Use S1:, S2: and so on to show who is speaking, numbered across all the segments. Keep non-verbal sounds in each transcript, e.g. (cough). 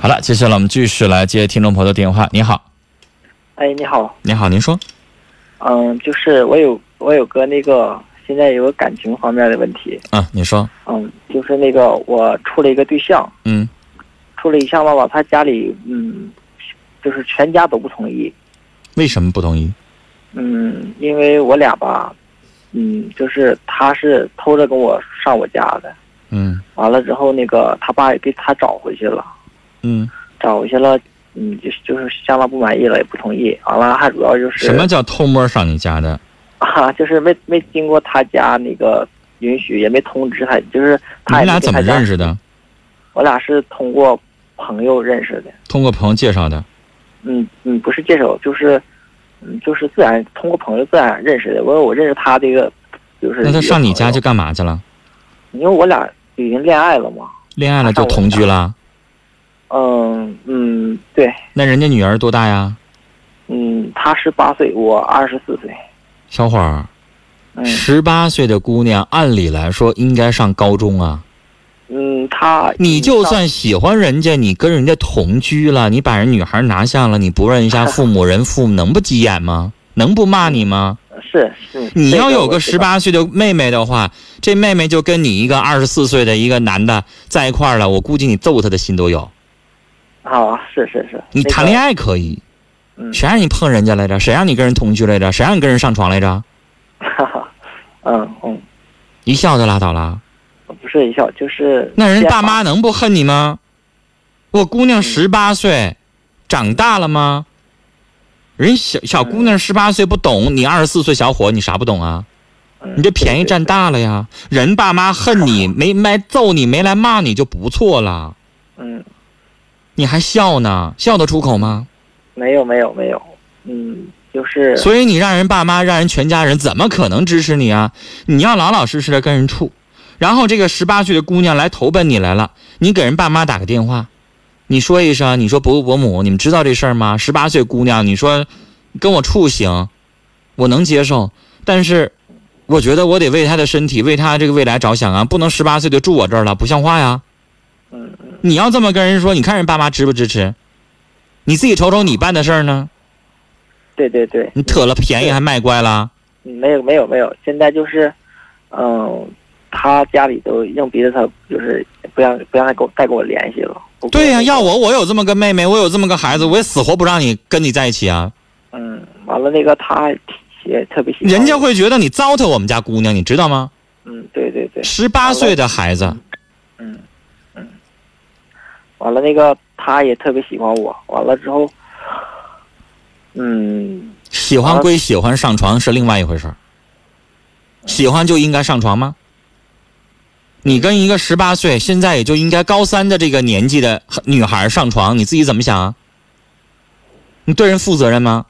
S1: 好了，接下来我们继续来接听众朋友的电话。你好，
S2: 哎，你好，
S1: 你好，您说。
S2: 嗯，就是我有我有个那个现在有个感情方面的问题，
S1: 啊，你说。
S2: 嗯，就是那个我处了一个对象，
S1: 嗯
S2: 处了一项吧吧，他家里嗯，就是全家都不同意，，
S1: 为什么不同意？
S2: 嗯，因为我俩吧，嗯，就是他是偷着跟我上我家的，
S1: 嗯
S2: 完了之后那个他爸也给他找回去了，
S1: 嗯，
S2: 找回去了，嗯，就是就是相当不满意了，也不同意，完了还主要就是
S1: 什么叫偷摸上你家的？
S2: 啊，就是没没经过他家那个允许，也没通知他，就是
S1: 呃哎你
S2: 他也
S1: 们俩
S2: 没给
S1: 怎
S2: 他
S1: 么
S2: 家
S1: 认识？的？
S2: 我俩是通过朋友认识的，
S1: 通过朋友介绍的。
S2: 嗯嗯，不是介绍，就是嗯就是自然通过朋友自然认识的。我我认识他这个，就是
S1: 那他上你家
S2: 一
S1: 去
S2: 个
S1: 干嘛去了？
S2: 朋友，因为我俩已经恋爱了嘛，
S1: 恋爱了就
S2: 他上我
S1: 同居了？
S2: 嗯嗯对，
S1: 那人家女儿多大呀？
S2: 嗯他十八岁，我二十四岁，
S1: 小伙儿，
S2: 嗯
S1: 十八岁的姑娘，按理来说应该上高中啊。
S2: 嗯他
S1: 你就
S2: 上
S1: 算喜欢人家，你跟人家同居了，你把人女孩拿下了，你不问一下父母，人父母能不急眼吗？能不骂你吗？
S2: 是是嗯
S1: 你要有
S2: 个
S1: 个十八岁的妹妹的话，这妹妹就跟你一个二十四岁的一个男的在一块儿了，我估计你揍他的心都有。
S2: 啊是是是，
S1: 你谈恋
S2: 爱
S1: 爱可以，
S2: 嗯
S1: 谁让你碰人家来着？谁让你跟人同居来着？谁让你跟人上床来着？
S2: (laughs) 嗯嗯。
S1: 一笑就拉倒了。
S2: 呃不是一笑，就是
S1: 那人
S2: 先
S1: 爸妈
S2: 把
S1: 能不恨你吗？我姑娘十八岁，长大了吗？人小小姑娘十八岁不懂，你二十四岁小伙，你啥不懂啊？
S2: 嗯
S1: 你这便宜占大了呀！人爸妈恨你，没来揍你，没来骂你就不错了。
S2: 对对嗯，
S1: 你还笑呢？笑得出口吗？
S2: 没有没有没有，嗯，就是
S1: 所以你让人爸妈、让人全家人怎么可能支持你啊？你要老老实实的跟人处，然后这个十八岁的姑娘来投奔你来了，你给人爸妈打个电话，你说一声，你说伯父伯母，你们知道这事儿吗？十八岁姑娘，你说跟我处行，我能接受，但是我觉得我得为她的身体、为她这个未来着想啊，不能十八岁就住我这儿了，不像话呀。
S2: 嗯嗯
S1: 你要这么跟人说，你看人爸妈支不支持？你自己瞅瞅你办的事儿呢，
S2: 对对对，
S1: 你扯了便宜还卖乖了。
S2: 嗯没有没有没有，现在就是，嗯，他家里都硬逼着他，就是不让不让他跟我再跟我联系了。不跟
S1: 对呀、
S2: 那个
S1: 要我我有这么个妹妹，我有这么个孩子，我也死活不让你跟你在一起啊！
S2: 嗯，完了那个他还挺也特别喜欢
S1: 人家
S2: 我
S1: 会觉得你糟蹋我们家姑娘，你知道吗？
S2: 嗯，对对对，
S1: 十八岁的孩子，
S2: 嗯嗯，完了那个他也特别喜欢我，完了之后，嗯，
S1: 喜欢归喜欢，上床是另外一回事儿。喜欢就应该上床吗？你跟一个十八岁，现在也就应该高三的这个年纪的女孩上床，你自己怎么想啊？你对人负责任吗？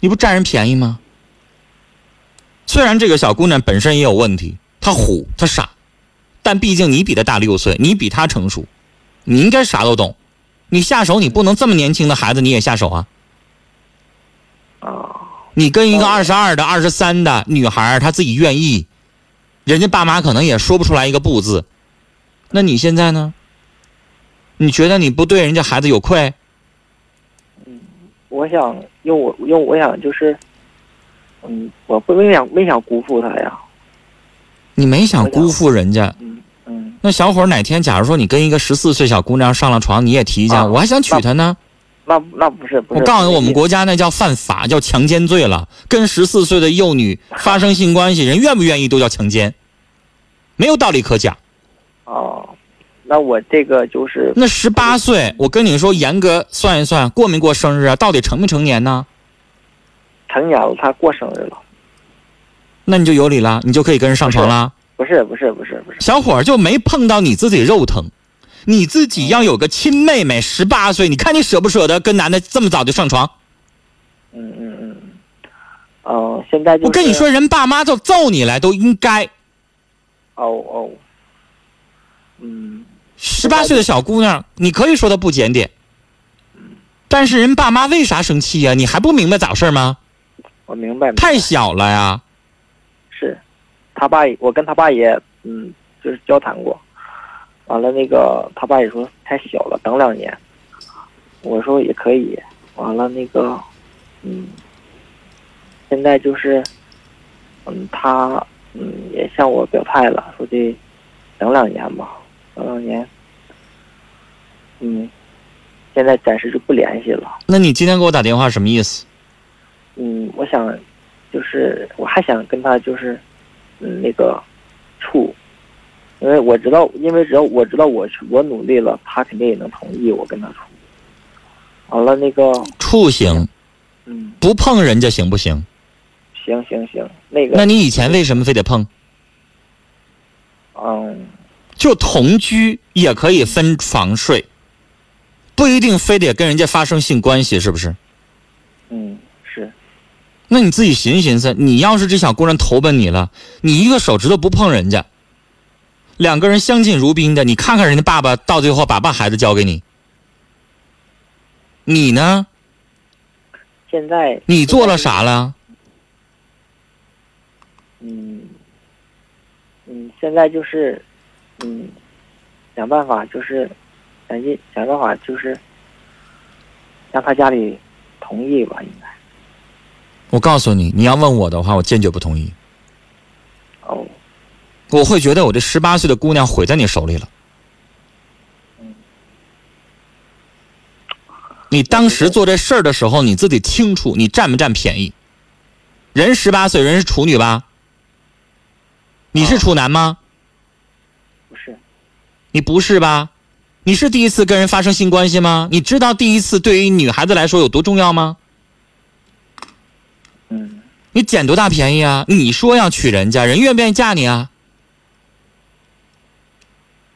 S1: 你不占人便宜吗？虽然这个小姑娘本身也有问题，她虎，她傻，但毕竟你比她大六岁，你比她成熟，你应该啥都懂。你下手，你不能这么年轻的孩子你也下手啊！
S2: 啊，
S1: 你跟一个
S2: 哦
S1: 二十二的、二十三的女孩儿，她自己愿意，人家爸妈可能也说不出来一个不字。那你现在呢？你觉得你不对人家孩子有愧？
S2: 我想用我用我想就是，嗯，我不没想没想辜负他呀，
S1: 你没想辜负人家。
S2: 嗯嗯，
S1: 那小伙儿哪天，假如说你跟一个十四岁小姑娘上了床，你也提一下，
S2: 啊
S1: 我还想娶她呢。
S2: 那那不是不
S1: 我
S2: 是，
S1: 告诉你，我们国家那叫犯法，叫强奸罪了。跟十四岁的幼女发生性关系，人愿不愿意都叫强奸，没有道理可讲。
S2: 哦，那我这个就是
S1: 那十八岁，我跟你说，严格算一算，过没过生日啊？到底成没成年呢？
S2: 成年了，他过生日了，
S1: 那你就有理了，你就可以跟人上床了。
S2: 不是不是不是不是，
S1: 小伙儿就没碰到你自己肉疼，你自己要有个亲妹妹，十八岁，你看你舍不舍得跟男的这么早就上床？
S2: 嗯嗯嗯，嗯，现在就是
S1: 我跟你说，人爸妈就揍你来都应该。
S2: 哦哦，嗯
S1: 十八岁的小姑娘，你可以说她不检点，但是人爸妈为啥生气呀、你还不明白咋回事吗？
S2: 我明白，
S1: 太小了呀。
S2: 是，他爸，我跟他爸也，嗯，就是交谈过，完了那个他爸也说太小了，等两年。我说也可以。完了那个，嗯，现在就是，嗯，他嗯也向我表态了，说的等两年吧，等两年。嗯，现在暂时就不联系了。
S1: 那你今天给我打电话什么意思？
S2: 嗯，我想，就是我还想跟他就是，嗯，那个处，因为我知道，因为只要我知道我去我努力了，他肯定也能同意我跟他处。完了那个，
S1: 处行，
S2: 嗯，
S1: 不碰人家行不行？
S2: 行行行，那个，
S1: 那你以前为什么非得碰？
S2: 嗯，
S1: 就同居也可以分房睡，不一定非得跟人家发生性关系，是不是？
S2: 嗯，是，
S1: 那你自己寻思寻思，你要是这小姑娘投奔你了，你一个手指头不碰人家，两个人相敬如宾的，你看看人家爸爸到最后把把孩子交给你，你呢？
S2: 现在
S1: 你做了？啥了？
S2: 嗯，嗯，现在就是，嗯，想办法就是，想尽想办法就是，让他家里同意吧，应该。
S1: 我告诉你，你要问我的话，我坚决不同意。
S2: 哦，
S1: 我会觉得我这十八岁的姑娘毁在你手里了。你当时做这事儿的时候，你自己清楚你占没占便宜。人十八岁，人是处女吧？你是处男吗？
S2: 不是，
S1: 你不是吧？你是第一次跟人发生性关系吗？你知道第一次对于女孩子来说有多重要吗？
S2: 嗯，
S1: 你捡多大便宜啊？你说要娶人家，人愿不愿意嫁你啊？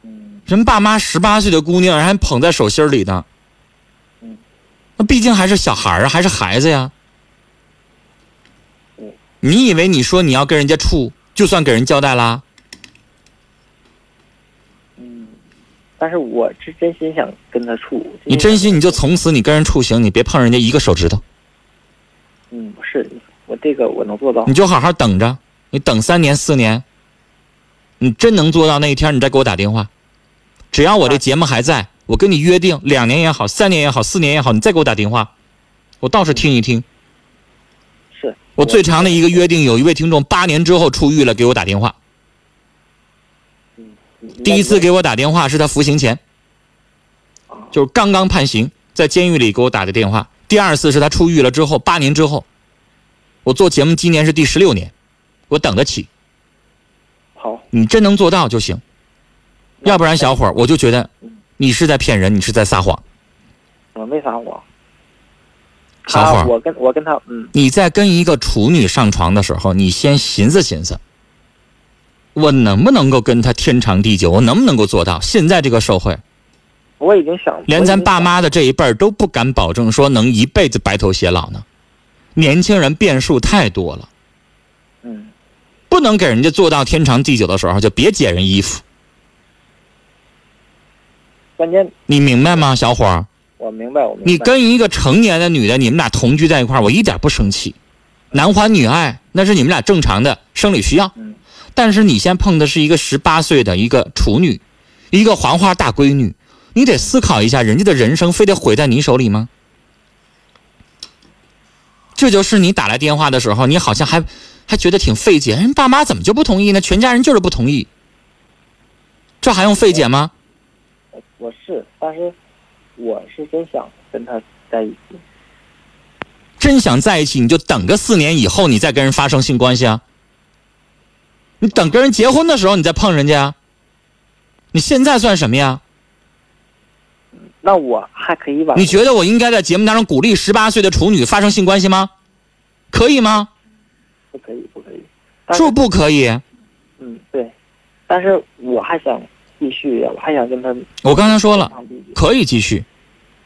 S2: 嗯，
S1: 人爸妈十八岁的姑娘还捧在手心里呢
S2: 嗯。
S1: 那毕竟还是小孩儿啊，还是孩子呀
S2: 嗯。
S1: 你以为你说你要跟人家处，就算给人交代啦？
S2: 嗯，但是我是真心想跟他处。
S1: 你
S2: 想
S1: 真心你就从此你跟人处行，你别碰人家一个手指头，
S2: 嗯，不是，我这个我能做到
S1: 你。就好好等着，你等三年四年，你真能做到那一天，你再给我打电话。只要我这节目还在，我跟你约定两年也好，三年也好，四年也好，你再给我打电话，我倒是听一听。
S2: 是
S1: 我最长的一个约定，有一位听众八年之后出狱了，给我打电话。第一次给我打电话是他服刑前，就是刚刚判刑，在监狱里给我打的电话。第二次是他出狱了之后，八年之后，我做节目今年是第十六年，我等得起。
S2: 好，
S1: 你真能做到就行，
S2: 那
S1: 要不然小伙儿我就觉得
S2: 嗯
S1: 你是在骗人，你是在撒谎。
S2: 我没撒谎。
S1: 小
S2: 他
S1: 伙儿
S2: 我跟我跟他，嗯
S1: 你在跟一个处女上床的时候，你先寻思寻思，我能不能够跟她天长地久？我能不能够做到？现在这个社会，
S2: 我已经想，
S1: 连咱爸妈的这一辈儿都不敢保证说能一辈子白头偕老呢。年轻人变数太多了，
S2: 我已经想，嗯，
S1: 不能给人家做到天长地久的时候，就别解人衣服。
S2: 关键
S1: 你明白吗，小伙儿？
S2: 我明白，我明白。
S1: 你跟一个成年的女的，你们俩同居在一块儿，我一点不生气。男欢女爱那是你们俩正常的生理需要
S2: 嗯，
S1: 但是你先碰的是一个十八岁的一个处女，一个黄花大闺女，你得思考一下，人家的人生非得毁在你手里吗？这就是你打来电话的时候，你好像还还觉得挺费解，人爸妈怎么就不同意呢？全家人就是不同意，这还用费解吗？
S2: 我是，但是我是真想跟他在一起。
S1: 真想在一起，你就等个四年以后，你再跟人发生性关系啊。你等跟人结婚的时候，你再碰人家啊。你现在算什么呀？
S2: 那我还可以吧？
S1: 你觉得我应该在节目当中鼓励十八岁的处女发生性关系吗？可以吗？
S2: 不可以，不可以。但
S1: 说不可以。
S2: 嗯，对。但是我还想继续呀，我还想跟他
S1: 我刚才说了，
S2: 长继续。
S1: 可以继续。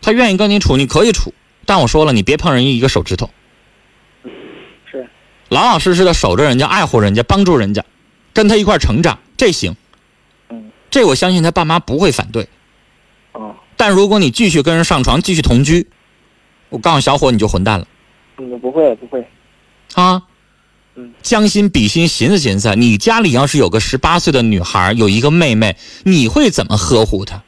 S1: 他愿意跟你处，你可以处。但我说了，你别碰人家一个手指头，
S2: 是，
S1: 老老实实的守着人家，爱护人家，帮助人家，跟他一块儿成长，这行。
S2: 嗯，
S1: 这我相信他爸妈不会反对。
S2: 哦，
S1: 但如果你继续跟人上床，继续同居，我告诉小伙你就混蛋了
S2: 嗯，不会，不会，
S1: 啊！
S2: 嗯
S1: 将心比心，寻思寻思，你家里要是有个十八岁的女孩，有一个妹妹，你会怎么呵护她？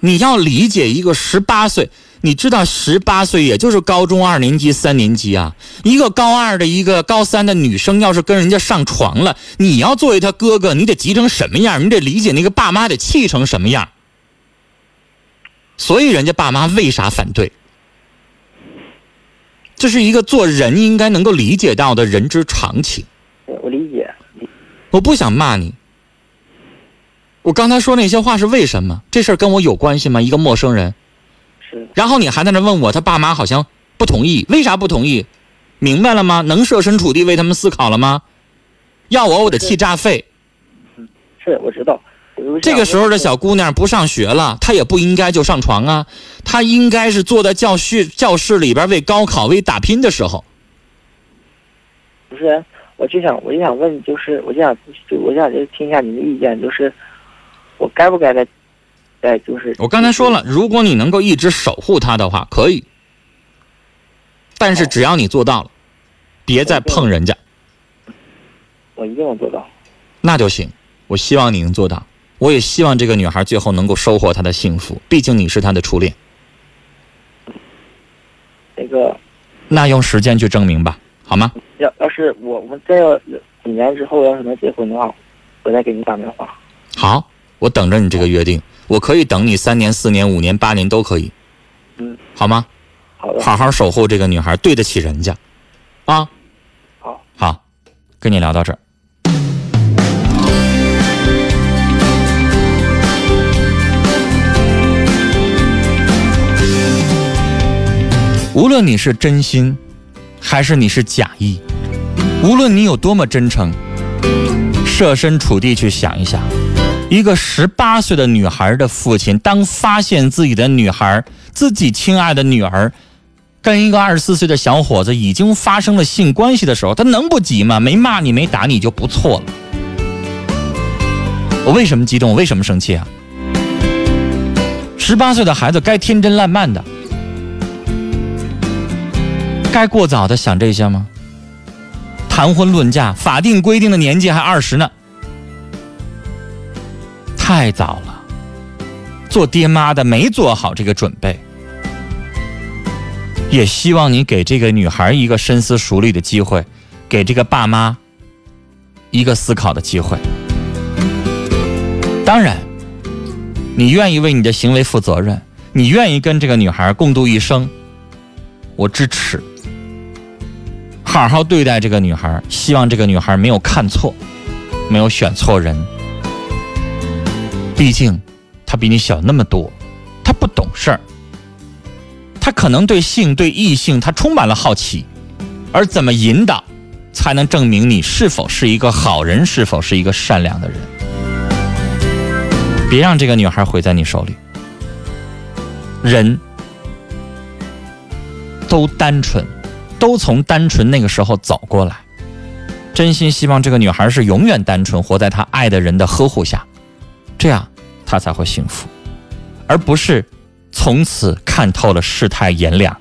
S1: 你要理解一个十八岁，你知道十八岁也就是高中二年级、三年级啊，一个高二的一个高三的女生，要是跟人家上床了，你要作为她哥哥，你得急成什么样？你得理解那个爸妈得气成什么样。所以人家爸妈为啥反对？这是一个做人应该能够理解到的人之常情。
S2: 对我理解，
S1: 我不想骂你。我刚才说那些话是为什么？这事儿跟我有关系吗？一个陌生人，
S2: 是的，
S1: 然后你还在那问我，他爸妈好像不同意，为啥不同意？明白了吗？能设身处地为他们思考了吗？要我我得气炸肺。
S2: 是的我知道。我就
S1: 这个
S2: 想
S1: 时候的
S2: 问
S1: 小姑娘不上学了，她也不应该就上床啊，她应该是坐在教室教室里边为高考为打拼的时候。
S2: 主持人，我就想，我就想问，就是我就想，就我就想就听一下您的意见，就是我该不该在，在就是
S1: 我刚才说了，如果你能够一直守护她的话，可以。但是只要你做到了，别再碰人家，
S2: 我一定要做到。
S1: 那就行。我希望你能做到，我也希望这个女孩最后能够收获她的幸福，毕竟你是她的初恋。
S2: 那个
S1: 那用时间去证明吧，好吗？
S2: 要要是我们再要几年之后要是能结婚的话，我再给您打电话。
S1: 好，我等着你这个约定，我可以等你三年、四年、五年、八年都可以，
S2: 嗯，
S1: 好吗？
S2: 好的，
S1: 好好守护这个女孩，对得起人家，啊，
S2: 好，
S1: 好，跟你聊到这儿。无论你是真心，还是你是假意，无论你有多么真诚，设身处地去想一想，一个十八岁的女孩的父亲，当发现自己的女孩、自己亲爱的女儿跟一个二十四岁的小伙子已经发生了性关系的时候，他能不急吗？没骂你，没打你就不错了。我为什么激动？我为什么生气啊？十八岁的孩子该天真烂漫的，该过早的想这些吗？谈婚论嫁，法定规定的年纪还二十呢，太早了。做爹妈的没做好这个准备，也希望你给这个女孩一个深思熟虑的机会，给这个爸妈一个思考的机会。当然，你愿意为你的行为负责任，你愿意跟这个女孩共度一生，我支持。好好对待这个女孩，希望这个女孩没有看错，没有选错人。毕竟，她比你小那么多，她不懂事儿，她可能对性、对异性，她充满了好奇，而怎么引导，才能证明你是否是一个好人，是否是一个善良的人。别让这个女孩毁在你手里。人都单纯，都从单纯那个时候走过来。真心希望这个女孩是永远单纯，活在她爱的人的呵护下，这样她才会幸福，而不是从此看透了世态炎凉，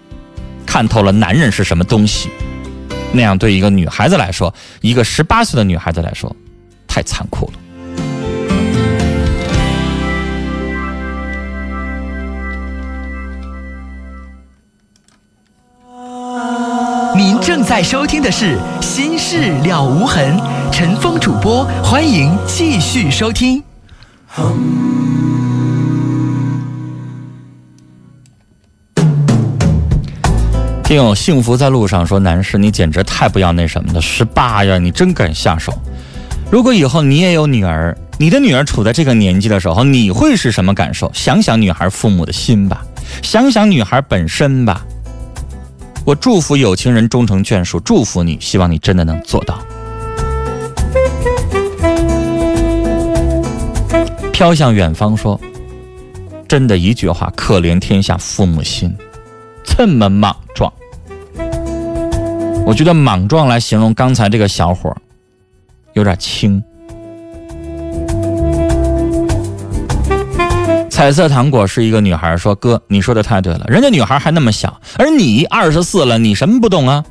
S1: 看透了男人是什么东西。那样对一个女孩子来说，一个十八岁的女孩子来说，太残酷了。
S3: 您正在收听的是《心事了无痕》，陈峰主播，欢迎继续收听。
S1: 听友幸福在路上说：“男士，你简直太不要那什么了，十八呀，你真敢下手。如果以后你也有女儿，你的女儿处在这个年纪的时候，你会是什么感受？想想女孩父母的心吧，想想女孩本身吧。我祝福有情人终成眷属，祝福你，希望你真的能做到。”飘向远方说：“真的一句话，可怜天下父母心，这么莽撞。”我觉得莽撞来形容刚才这个小伙儿，有点轻。彩色糖果是一个女孩说：“哥，你说的太对了，人家女孩还那么小，而你二十四了，你什么不懂啊？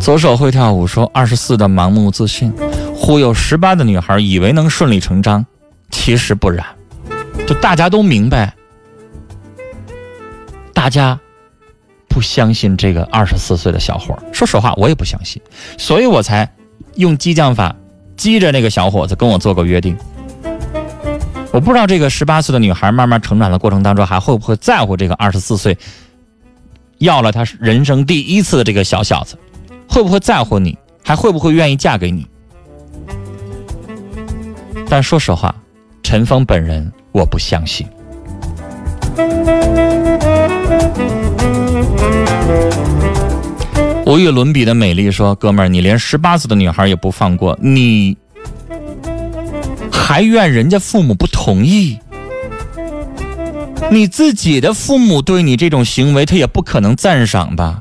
S1: 左手会跳舞说：“二十四的盲目自信，忽悠十八的女孩以为能顺理成章，其实不然。就大家都明白，大家不相信这个二十四岁的小伙儿。说实话，我也不相信，所以我才用激将法激着那个小伙子跟我做个约定。我不知道这个十八岁的女孩慢慢成长的过程当中，还会不会在乎这个二十四岁要了她人生第一次的这个小小子。”会不会在乎你，还会不会愿意嫁给你？但说实话，陈峰本人我不相信。无与伦比的美丽说：“哥们儿，你连十八岁的女孩也不放过，你还怨人家父母不同意？你自己的父母对你这种行为，他也不可能赞赏吧？”